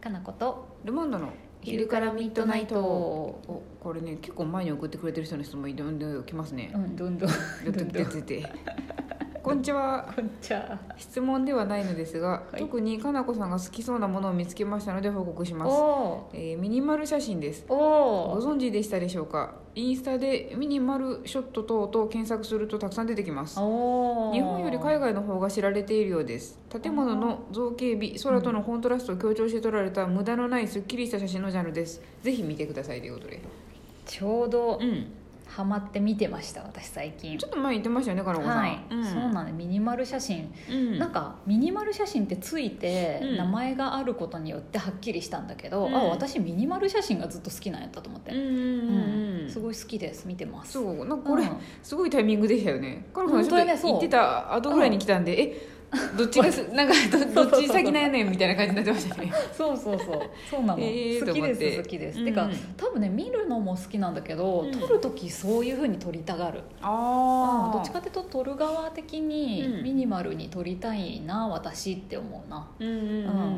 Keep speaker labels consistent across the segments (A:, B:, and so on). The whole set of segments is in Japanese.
A: かなこと
B: ルマンドの昼からミッドナイトおこれね結構前に送ってくれてる人の質問いろいろ来ますね
A: う、んどん どん
B: 出て
A: どんどん
B: 出ててこんにちは
A: こんちゃ
B: 質問ではないのですが、
A: はい
B: 特にかなこさんが好きそうなものを見つけましたので報告します、
A: お
B: えーミニマル写真です
A: ーお
B: ご
A: お
B: 存知でしたでしょうかインスタでミニマルショット等々検索するとたくさん出てきます
A: お
B: 日本より海外の方が知られているようです建物の造形美空とのコントラストを強調して撮られた無駄のないすっきりした写真のジャンルですぜひ見てくださいということで
A: ちょうど
B: うん
A: ハマって見てました私最近
B: ちょっと前言ってましたよねかなこさん
A: はい、
B: うん、
A: そうなんでミニマル写真、
B: うん
A: なんかミニマル写真ってついて
B: うん
A: 名前があることによってはっきりしたんだけど、
B: うん
A: あ私ミニマル写真がずっと好きなんやったと思って、
B: うんうんうんうん
A: すごい好きです見てます
B: そうなんかこれ、
A: うん
B: すごいタイミングでしたよねかのこさんちょ
A: 本当
B: っ
A: にね
B: と
A: そう
B: 言ってた後ぐらいに来たんで、えどっちがす なんかどどっち先なんやねんみたいな感じになってましたね
A: そうそうそうそうなの、
B: えー
A: 好き
B: と思って
A: です好きです、
B: うん
A: てか多分ね見るのも好きなんだけど、
B: うん
A: 撮る時そういうふうに撮りたがる、
B: あ
A: うん
B: あ
A: どっちかっていうと撮る側的に
B: うん
A: ミニマルに撮りたいな私って思うな、
B: うんうん
A: うん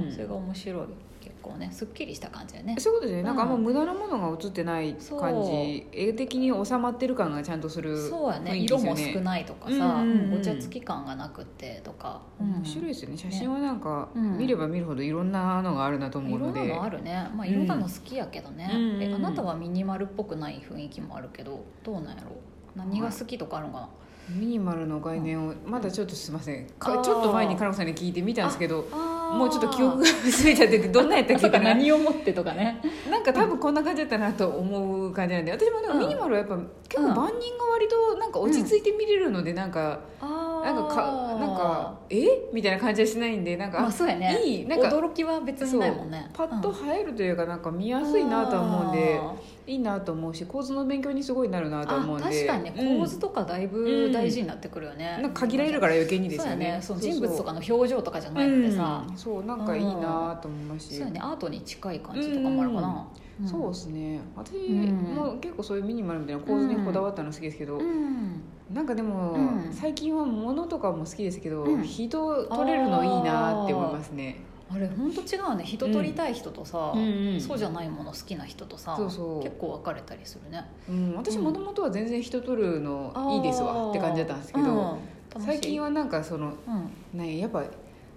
B: うん
A: それが面白い結構ねすっきりした感じだよね
B: そういうことですね、なんかあんま
A: うん
B: 無駄なものが映ってない
A: そう
B: 感じ絵的に収まってる感がちゃんとする
A: そうやね
B: 雰囲気で
A: 色
B: すよ
A: も
B: ね
A: 少ないとか
B: うん
A: さ、
B: うんうん
A: ごちゃつき感がなくてとか、うん
B: 面白いですよね写真はなんか、
A: うん
B: 見れば見るほどいろんなのがあるなと思
A: いうろ
B: の
A: ん
B: で
A: なのあるね、まあ、いろんなの好きやけどね、
B: うんうん
A: えあなたはミニマルっぽくない雰囲気もあるけどどうなんやろ何が好きとかあるのかな、
B: ミニマルの概念をまだちょっとすいません
A: あ
B: か
A: ー
B: ちょっと前にカナコさんに聞いてみたんですけど
A: あー
B: もうちょっと記憶が薄れちゃっててどんなんやったっ け
A: そうか
B: ってな
A: 何をもってとかね
B: なんか多分こんな感じだったなと思う感じなんで私もでも
A: うん
B: ミニマルはやっぱ結構万人が割となんか落ち着いて見れるのでなんか、
A: あ
B: なんかかなんかえみたいな感じはしないんでなんか、
A: まあそうやね
B: いいなんか
A: 驚きは別にないもんね
B: パッと
A: うん
B: 映えるというかなんか見やすいなとは思うんで
A: あー
B: いいなと思うし構図の勉強にすごいなるなとは思う
A: あ
B: ん
A: 確
B: で
A: かにね
B: うん
A: 構図とかだいぶ大事になってくるよね、
B: なんか限られるから余計にですよね
A: そうやねその人物と
B: か
A: かの表情とかじゃなくてさ、
B: そうなんかいいなと思います
A: そう
B: し
A: やねアートに近い感じとかもあるかな、ん
B: そうですね私
A: ん
B: も結構そういうミニマルみたいな構図にこだわったの好きですけど、
A: うん
B: なんかでも、
A: うん
B: 最近は物とかも好きですけど、
A: うん
B: 人を取れるのいいなって思いますね
A: あれ本当違うね人撮りたい人とさ、
B: うんうん
A: そうじゃないもの好きな人とさ
B: そうそう
A: 結構分かれたりするね
B: うん、私
A: うん
B: もともとは全然人取るのいいですわって感じだったんですけ
A: う
B: ど、
A: 楽しい
B: 最近はなんかその、
A: うん
B: ね、やっぱ、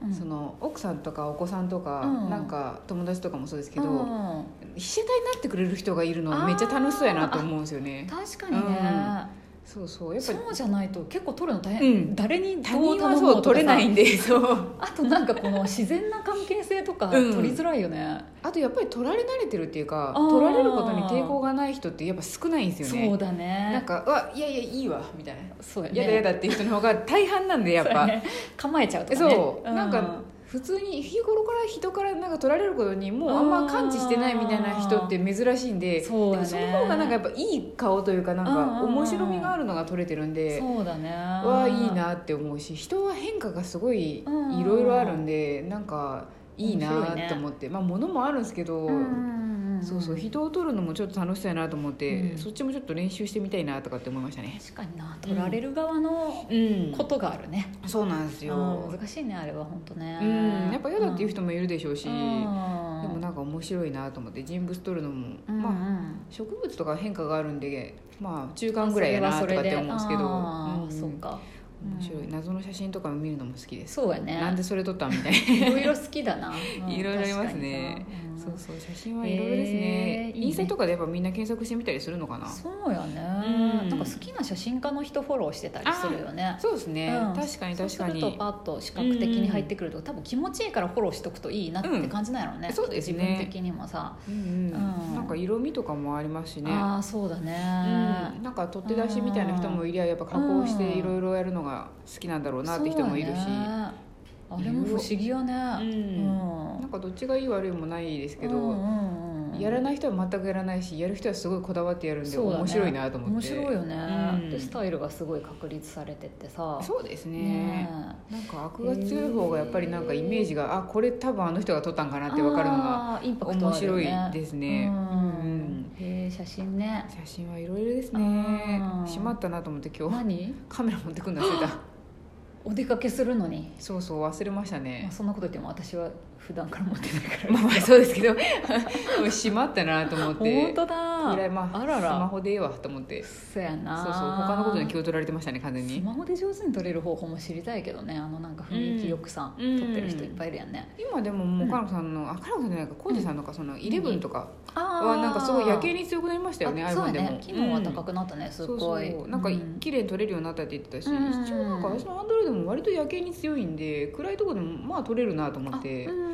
A: うん、
B: その奥さんとかお子さんとか、
A: うん
B: なんか友達とかもそうですけど、
A: うん
B: 被写体になってくれる人がいるのめっちゃ楽しそうやなと思うんですよね
A: 確かにね、
B: そうそうやっぱ
A: そうじゃないと結構撮るの大変、
B: うん
A: 誰に
B: 他
A: どう
B: 人は
A: 頼
B: そ
A: も
B: う
A: う
B: 取
A: と
B: れ
A: か
B: な
A: さ
B: いんで そう
A: あとなんかこの自然な関係性とか
B: うん
A: 撮りづらいよね、
B: あとやっぱり取られ慣れてるっていうか
A: あー
B: 取られることに抵抗がない人ってやっぱ少ないんですよね
A: そうだね
B: なんか「うわいやいやいいわ」みたいな
A: そうや
B: 「
A: ね
B: やだやだ」っていう人の方が大半なんでやっ
A: そうや
B: ぱ
A: ね構えちゃうとかね
B: そうなんか普通に日頃から人からなんか取られることにもうあんま感知してないみたいな人って珍しいんで
A: そうや
B: でも
A: ね
B: その方がなんかやっぱいい顔というかなんか
A: うんうんうん
B: 面白みがあるのが取れてるんで
A: そうだね
B: はいいなって思うし人は変化がすごいいろいろあるんでなんかいい
A: 面白
B: ない
A: ね
B: と思って、まあ物もあるんですけど、
A: うんうんんん
B: そうそう人を撮るのもちょっと楽しそうやなと思って、
A: うん
B: そっちもちょっと練習してみたいなとかって思いましたね
A: 確かにな取られる側の
B: うん
A: ことがあるね、
B: そうなんです
A: う
B: よ
A: ん難しいねあれは本当ね
B: うんやっぱ嫌だっていう人もいるでしょう
A: だ
B: し、でもなんか面白いなと思って人物撮るのも、
A: ま
B: まあ
A: あ
B: 植物とか変化があるんでまあ中間ぐらいやなとかって思うんですけど、
A: あ
B: うん
A: ーそうか
B: 面白い謎の写真とか見るのも好きです、
A: そうや
B: なん
A: ね
B: でそれ撮ったんみたいな
A: いろいろ好きだなうん
B: いろいろありますね
A: 確かにな
B: そうそう写真はいろいろですね、
A: へーいいね
B: インスタとかでやっぱみんな検索してみたりするのかなそ
A: うんそうやね
B: うん
A: なんか好きな写真家の人フォローしてたりするよね
B: うですね、
A: うん
B: 確かに
A: そう
B: 確
A: す
B: か
A: ると
B: に
A: パッと視覚的に入ってくると多分気持ちいいからフォローしとくといいなって感じなんやろうね
B: うんそうですね
A: 自分的にもさ
B: うんうん
A: うん
B: なんか色味とかもありますしね
A: ああそうだね
B: うん、なんか取って出しみたいな人もいりゃやっぱ加工していろいろやるのが好きなんだろうなって人もいるし、
A: そうやねあれも不思議よねう
B: う
A: ん
B: なんかどっちがいい悪いもないですけど、
A: うんうんうん
B: やらない人は全くやらないしやる人はすごいこだわってやるんで、
A: そうだね
B: 面白いなと思って
A: 面白いよね、
B: うん
A: でスタイルがすごい確立されてってさ
B: そうですね
A: ね
B: なんかアクが強い方がやっぱりなんかイメージが、あこれ多分あの人が撮ったんかなって分かるのが
A: あーインパクト
B: 面
A: あるよ
B: 白い
A: ね
B: ですね
A: う
B: うん
A: んへえ写真ね
B: 写真はいろいろですね
A: あー
B: しまったなと思って今日
A: 何
B: カメラ持っ てくんだ忘れた
A: お出かけするのに
B: そうそう忘れました
A: ま
B: ね
A: あそんなこと言っても私は普段から持ってないから
B: まあまあそうですけどもうしまったなと思って
A: 本当だ
B: 以来まあ
A: あら
B: スマ
A: ら
B: ホでええわと思って
A: そうやな
B: そうそう他のことに気を取られてましたね完全
A: ス
B: に
A: マホで上手に撮れる方法も知りたいけどねあのなんか雰囲気よくさ、
B: うん
A: 撮ってる人いっぱいいるやんね、
B: 今でももう
A: うん
B: カナコさんの、あカナコさんじゃないかコージさんとかそのイレブンとか
A: あ
B: はなんかすごい夜景
A: に
B: に強くなりましたよね
A: そうや
B: iPhone でも
A: ね機能は高
B: く
A: くなったね、すっ
B: そ
A: ご
B: う
A: い
B: そうなんか
A: う
B: い綺麗に撮れるようになったって言ってたし、
A: うん
B: 一応なんか私のアンドロイドも割と夜景に強いんで暗いとこでもまあ撮れるなと思って
A: あう
B: うん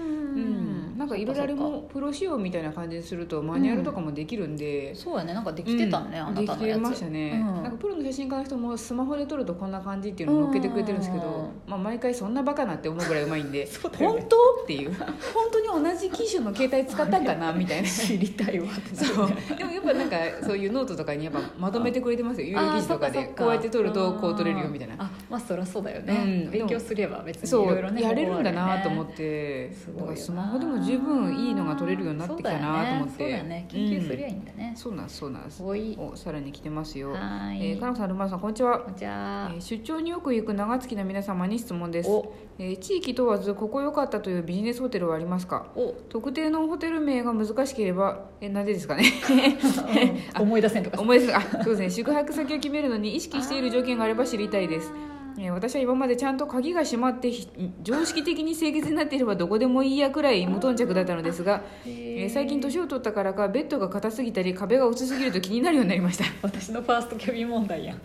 A: ん
B: なんかいろいろあれ
A: そっか
B: もプロ仕様みたいな感じにするとマニュアルとかもできるんで、
A: そっかそうやねなんかできてたね、
B: うん
A: あなたの
B: でき
A: や
B: て
A: つ
B: ましたね、
A: うん
B: なんかプロの写真家の人もスマホで撮るとこんな感じっていうのを載っけてくれてるんですけど、
A: うん
B: まあ、毎回そんなバカなって思うぐらいうまいんで
A: そうだよね
B: 本当っていう本当に同じ機種の携帯使ったん かなみたいな
A: 知りたいわってなる
B: そうでもやっぱなんかそういうノートとかにやっぱまとめてくれてますよ有料記事とか
A: あー
B: で
A: そっそっ
B: こうやって撮るとこう撮れるよみたい
A: あ
B: な
A: ーあまあそりゃそうだよ
B: う
A: ね、
B: ん
A: 勉強すれば別にい
B: そう
A: ろいろね
B: やれるんだなと思っ、
A: ってす
B: だ
A: ごいよな
B: からスマホでも十分いいのが撮れるようになってきたなと思って
A: そうだよねそうだよね研究すりゃいいんだ
B: う
A: ね
B: ん、そうなんですそうなんです
A: すごい
B: おさらに来てますよ、
A: は
B: え
A: い、
B: ー、かなこさんルマンさんこんにちは
A: こんにちは
B: えー出張によく行く長月の皆様に質問です、
A: お
B: えー地域問わずここ良かったというビジネスホテルはありますか
A: お
B: 特定のホテル名が難しければえーなぜですかね
A: 思い出せんとか
B: 思い出すあそうですね宿泊先を決めるのに意識している条件があれば知りたいですえー私は今までちゃんと鍵が閉まってひ常識的に清潔になっていればどこでもいいやくらい無頓着だったのですが、えー最近年を取ったからかベッドが硬すぎたり壁が薄すぎると気になるようになりました
A: 私のファーストキャビン問題やん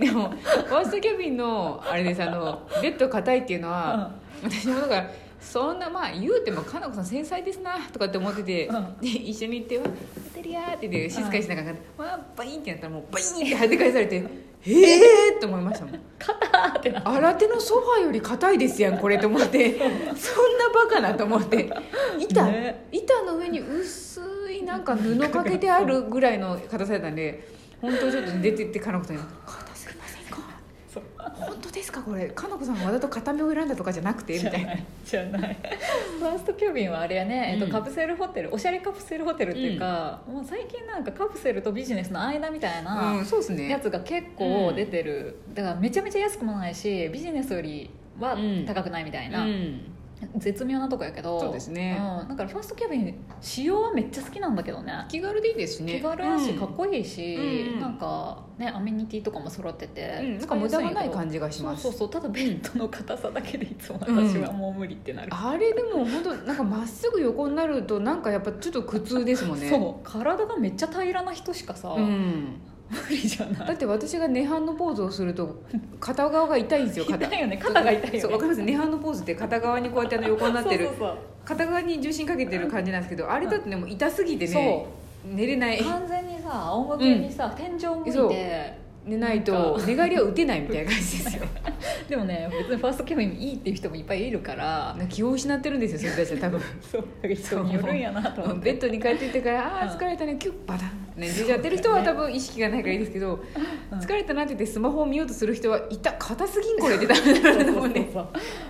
B: でもファーストキャビンのあれですあのベッド硬いっていうのは、私もだからそんなまあ言うてもかなこさん繊細ですなとかって思ってて、
A: うん
B: で一緒に行って「わホテリア」って言って静かにしながら「わバイン」ってなったらもうバインって跳ね返されて「ええー!」って思いましたもん
A: 肩ってな
B: 新手のソファーより硬いですやんこれと思ってそんなバカなと思って板、
A: ね
B: 板の上に薄いなんか布かけてあるぐらいの硬さやったんで本当ちょっと出てってかなこさんに「硬すぎませんか?」
A: そう
B: 本当ですかこれかなこさんわざと硬めを選んだとかじゃなくてみたいな
A: じゃないファーストキャビンはあれやね、えっ
B: うん
A: と、カプセルホテルおしゃれカプセルホテルっていうか、もう最近なんかカプセルとビジネスの間みたいな、
B: うんそうですね
A: やつが結構出てる、だからめちゃめちゃ安くもないしビジネスよりは
B: うん
A: 高くないみたいな、
B: うん
A: 絶妙なとこやけど
B: そうですね
A: うん、だからファーストキャビン仕様はめっちゃ好きなんだけどね
B: 気軽でいいですしね
A: 気軽やし、
B: うん
A: かっこいいし、
B: うん
A: なんかねアメニティとかも揃ってて、
B: うんなんか無駄がない感じがします
A: そうそうそうただベッドの硬さだけでいつも私はもう無理ってなる、
B: あれでも本当なんかまっすぐ横になるとなんかやっぱちょっと苦痛ですもんね
A: そう体がめっちゃ平らな人しかさ、
B: うん、
A: 無理じゃな
B: だ
A: い
B: って私が涅槃のポーズをすると片側が痛いんですよ肩
A: 痛 いよね肩が痛いよね
B: そうわかります涅槃のポーズって片側にこうやってあの横になってる
A: そうそう
B: 片側に重心かけてる感じなんですけどあれだってねもう痛すぎてね寝れない
A: そう完全にさ仰向けにさ、天井向いて
B: 寝ない
A: なん
B: と
A: か
B: 寝返りは打てないみたいな感じ ですよ
A: でもね別にファーストキャビンいいっていう人もいっぱいいるから
B: なんか気を失ってるんですよ それたちは多分
A: そう人によるんやなと思って
B: ベッドに帰っていってから「あ
A: う
B: あ
A: ん
B: 疲れたねキュッバタン」ね、寝ちゃってる人は多分意識がないからいいですけど、
A: うん
B: 疲れたなって言ってスマホを見ようとする人はいた硬すぎんこれってダメだと思うね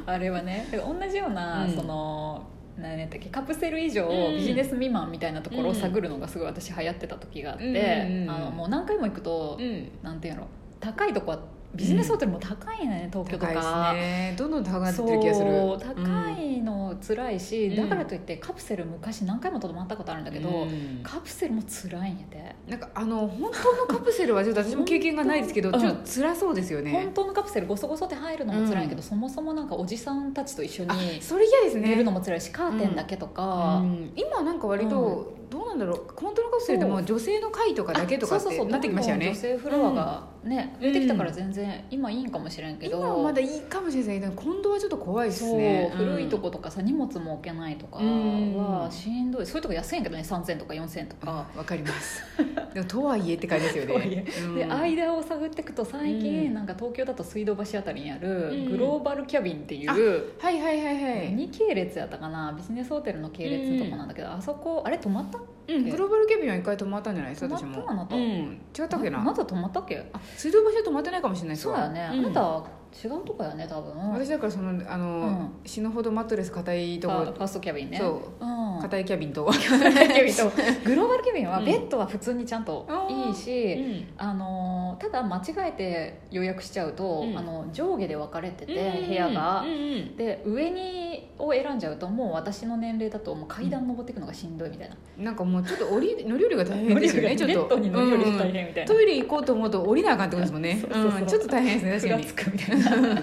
A: あれはねだから同じような、
B: うん
A: その何やったっけカプセル以上
B: うん
A: ビジネス未満みたいなところを探るのがすごい私流行ってた時があって、
B: うんうん
A: あのもう何回も行くと、
B: うん
A: なんていうの高いとこはビジネスホテルも高いね、東京と
B: 高いです
A: か。
B: ねどんどん高くなって
A: そう
B: ってる気がする
A: 高いの辛いし、
B: うん
A: だからといってカプセル昔何回もとどまったことあるんだけど、
B: うん
A: カプセルも辛いんやて、
B: なんかあの本当のカプセルはちょっと私も経験がないですけど
A: 本
B: ち
A: 当
B: ょっと辛そうですよね
A: 本当のカプセルごそごそって入るのも辛いんやけど、そもそもなんかおじさんたちと一緒
B: あ
A: に
B: それ嫌ですね
A: 寝るのも辛いしカーテンだけとか、
B: うん今なんか割とどうなんだろうコントロカプセルでも女性の会とかだけとかっ
A: そうそうそ
B: て
A: う
B: なってきましたよ
A: どんど
B: ね
A: ん女性フロアがね、
B: う
A: 出
B: ん
A: てきたから全然今いいんかもしれんけど
B: 今はまだいいかもしれないけど今度はちょっと怖いです
A: そう、
B: ね
A: 古いとことかさ荷物も置けないとか
B: う
A: は
B: ん
A: しんどい、そういうとこ安いんやけどね3000とか4000とか
B: あ、わかりますでもとはいえって感じですよね
A: とはいえ
B: うん
A: で間を探っていくと最近、
B: うん
A: なんか東京だと水道橋あたりにある
B: うん
A: グローバルキャビンっていう、
B: はいはいはいはい、
A: 2系列やったかなビジネスホテルの系列のとこなんだけど、あそこあれ泊まった
B: うん、グローバルケビンは一回止まったんじゃないですか私も
A: 止まったあなた
B: うん、違ったっけな、
A: あなた泊まったっけ
B: あ水道橋は止まってないかもしれないです
A: そう
B: わ
A: だよね、
B: ん
A: あなたは違うとこやね多分
B: 私だからそのあの、死ぬほどマットレス硬いと
A: ファフ
B: こ
A: ァーストキャビンね
B: そう
A: うん、
B: 硬いキャビンと、
A: グローバルケビンとグローバルケビンは
B: うん
A: ベッドは普通にちゃんといいし、
B: うん
A: あのーただ間違えて予約しちゃうと、
B: うん
A: あの上下で分かれてて、部屋が、
B: うんうん
A: で上にを選んじゃうともう私の年齢だともう階段登っていくのがしんどいみたいな、
B: なんかもうちょっと降り乗り降りが大変ですよ ねちょっ
A: ベ
B: と
A: ッドに乗り降りが大
B: うん
A: 変みたいな、
B: トイレ行こうと思うと降りなあかんってことですもんね
A: そうそうそう
B: うんちょっと大変で
A: ふ
B: すね
A: ら
B: 確
A: つ
B: か
A: くみたいな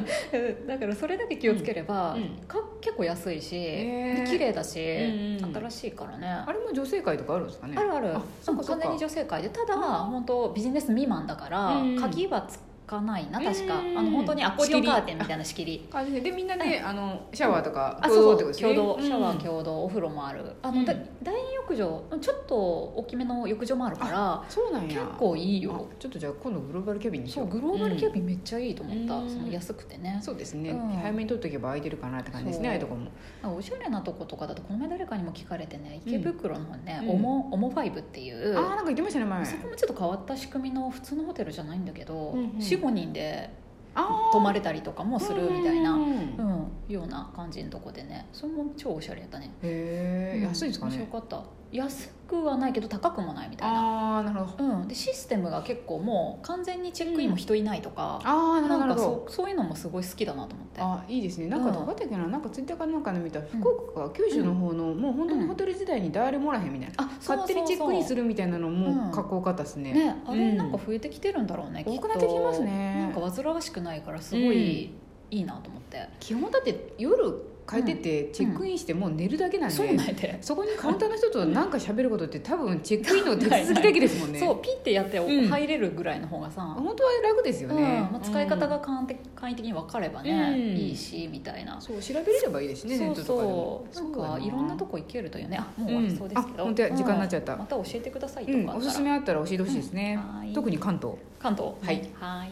A: だからそれだけ気をつければ、
B: うんうん
A: か結構安いし、
B: へー
A: で綺麗だし、
B: うんうん
A: 新しいからね
B: にあれも女性会とかあるんですかね
A: あるある
B: あそうかそう
A: 完
B: か
A: 全に女性会でただ、本当ビジネス未満だから、
B: うん
A: 鍵はつかないな確か、
B: うん
A: あの本当にアコギオンカーテンみたいな仕切り
B: あででみんなで、あのシャワーとか
A: あ
B: 共同
A: そ
B: っ
A: う
B: て
A: そ
B: こと
A: う
B: です
A: 共同
B: よね
A: シャワ
B: うん
A: ー共同、お風呂もあるあ
B: う
A: の、
B: ん
A: だ大浴場ちょっと大きめの浴場もあるから
B: そうなんや
A: 結構いいよ
B: あちょっとじゃあ今度グローバルキャビンにし
A: そ
B: よう
A: うグローバルキャ
B: ン、
A: ビンめっちゃいいと思った、
B: うん
A: その安くてね
B: うんそうですね、
A: うん
B: 早めに取っとけば空いてるかなって感じですね
A: そう
B: ああいうとこも
A: なんかおしゃれなとことかだとこの前誰かにも聞かれてね
B: うん
A: 池袋の方ね、
B: うん
A: オモオモファイブっていう
B: ああなんか言ってましたね前
A: そこもちょっと変わった仕組みの普通のホテルじゃないんだけど、
B: うんうん
A: 45人で
B: あ
A: 泊まれたりとかも
B: あ
A: するみたいな、
B: う
A: うんん
B: うんうんへ
A: ような感じのとこでねそれも超おしゃれやったね、
B: え
A: うん
B: 安いんですか
A: 面
B: ね
A: 白かった安くはないけど高くもないみたいな
B: ああなるほど
A: うん、でシステムが結構もう完全にチェックインも人いないとか、
B: ああなるほど
A: な
B: なんる
A: か
B: ほど
A: そうそういうのもすごい好きだなと思って
B: あいいですねなんか
A: うん
B: どこだったっけな,、なんかツイッターかなんかの見た福岡か九州の方の、もう本当にホテル時代に誰もおらへんみたいな、
A: あそうそうそう
B: 勝手にチェックインするみたいなのも
A: うん
B: かっこよかったですね,、
A: ね、あれ
B: うん
A: なんか増えてきてるんだろうね、きっ
B: 多
A: と
B: くなってきますね
A: なんか煩わしくないからすごいいいなと思って、
B: 基本だって夜帰ってってチェックインしてもう寝るだけなんで、
A: そうないで、
B: そこにカウンターの人と何か喋ることって多分チェックインの手続きだけですもんね
A: そうピッてやってお
B: うん
A: 入れるぐらいの方がさ、
B: 本当は楽ですよ
A: うん
B: ね、
A: まあ、使い方が簡易簡易的に分かればね、
B: うん
A: いいしみたいな、
B: うんそう調べれればいいですねネ
A: そ
B: ッ
A: う
B: トとかでも
A: そうなんかいろんなと
B: こ
A: こ行けるというねあもう
B: う
A: 終わ
B: ん
A: りそうですけど、
B: あ本当や時間になっちゃった
A: うんまた教えてくださいと
B: う
A: かあったら、
B: んおすすめあったら教えてほしいですね
A: うんは、い
B: 特に関東
A: 関東
B: はい
A: はい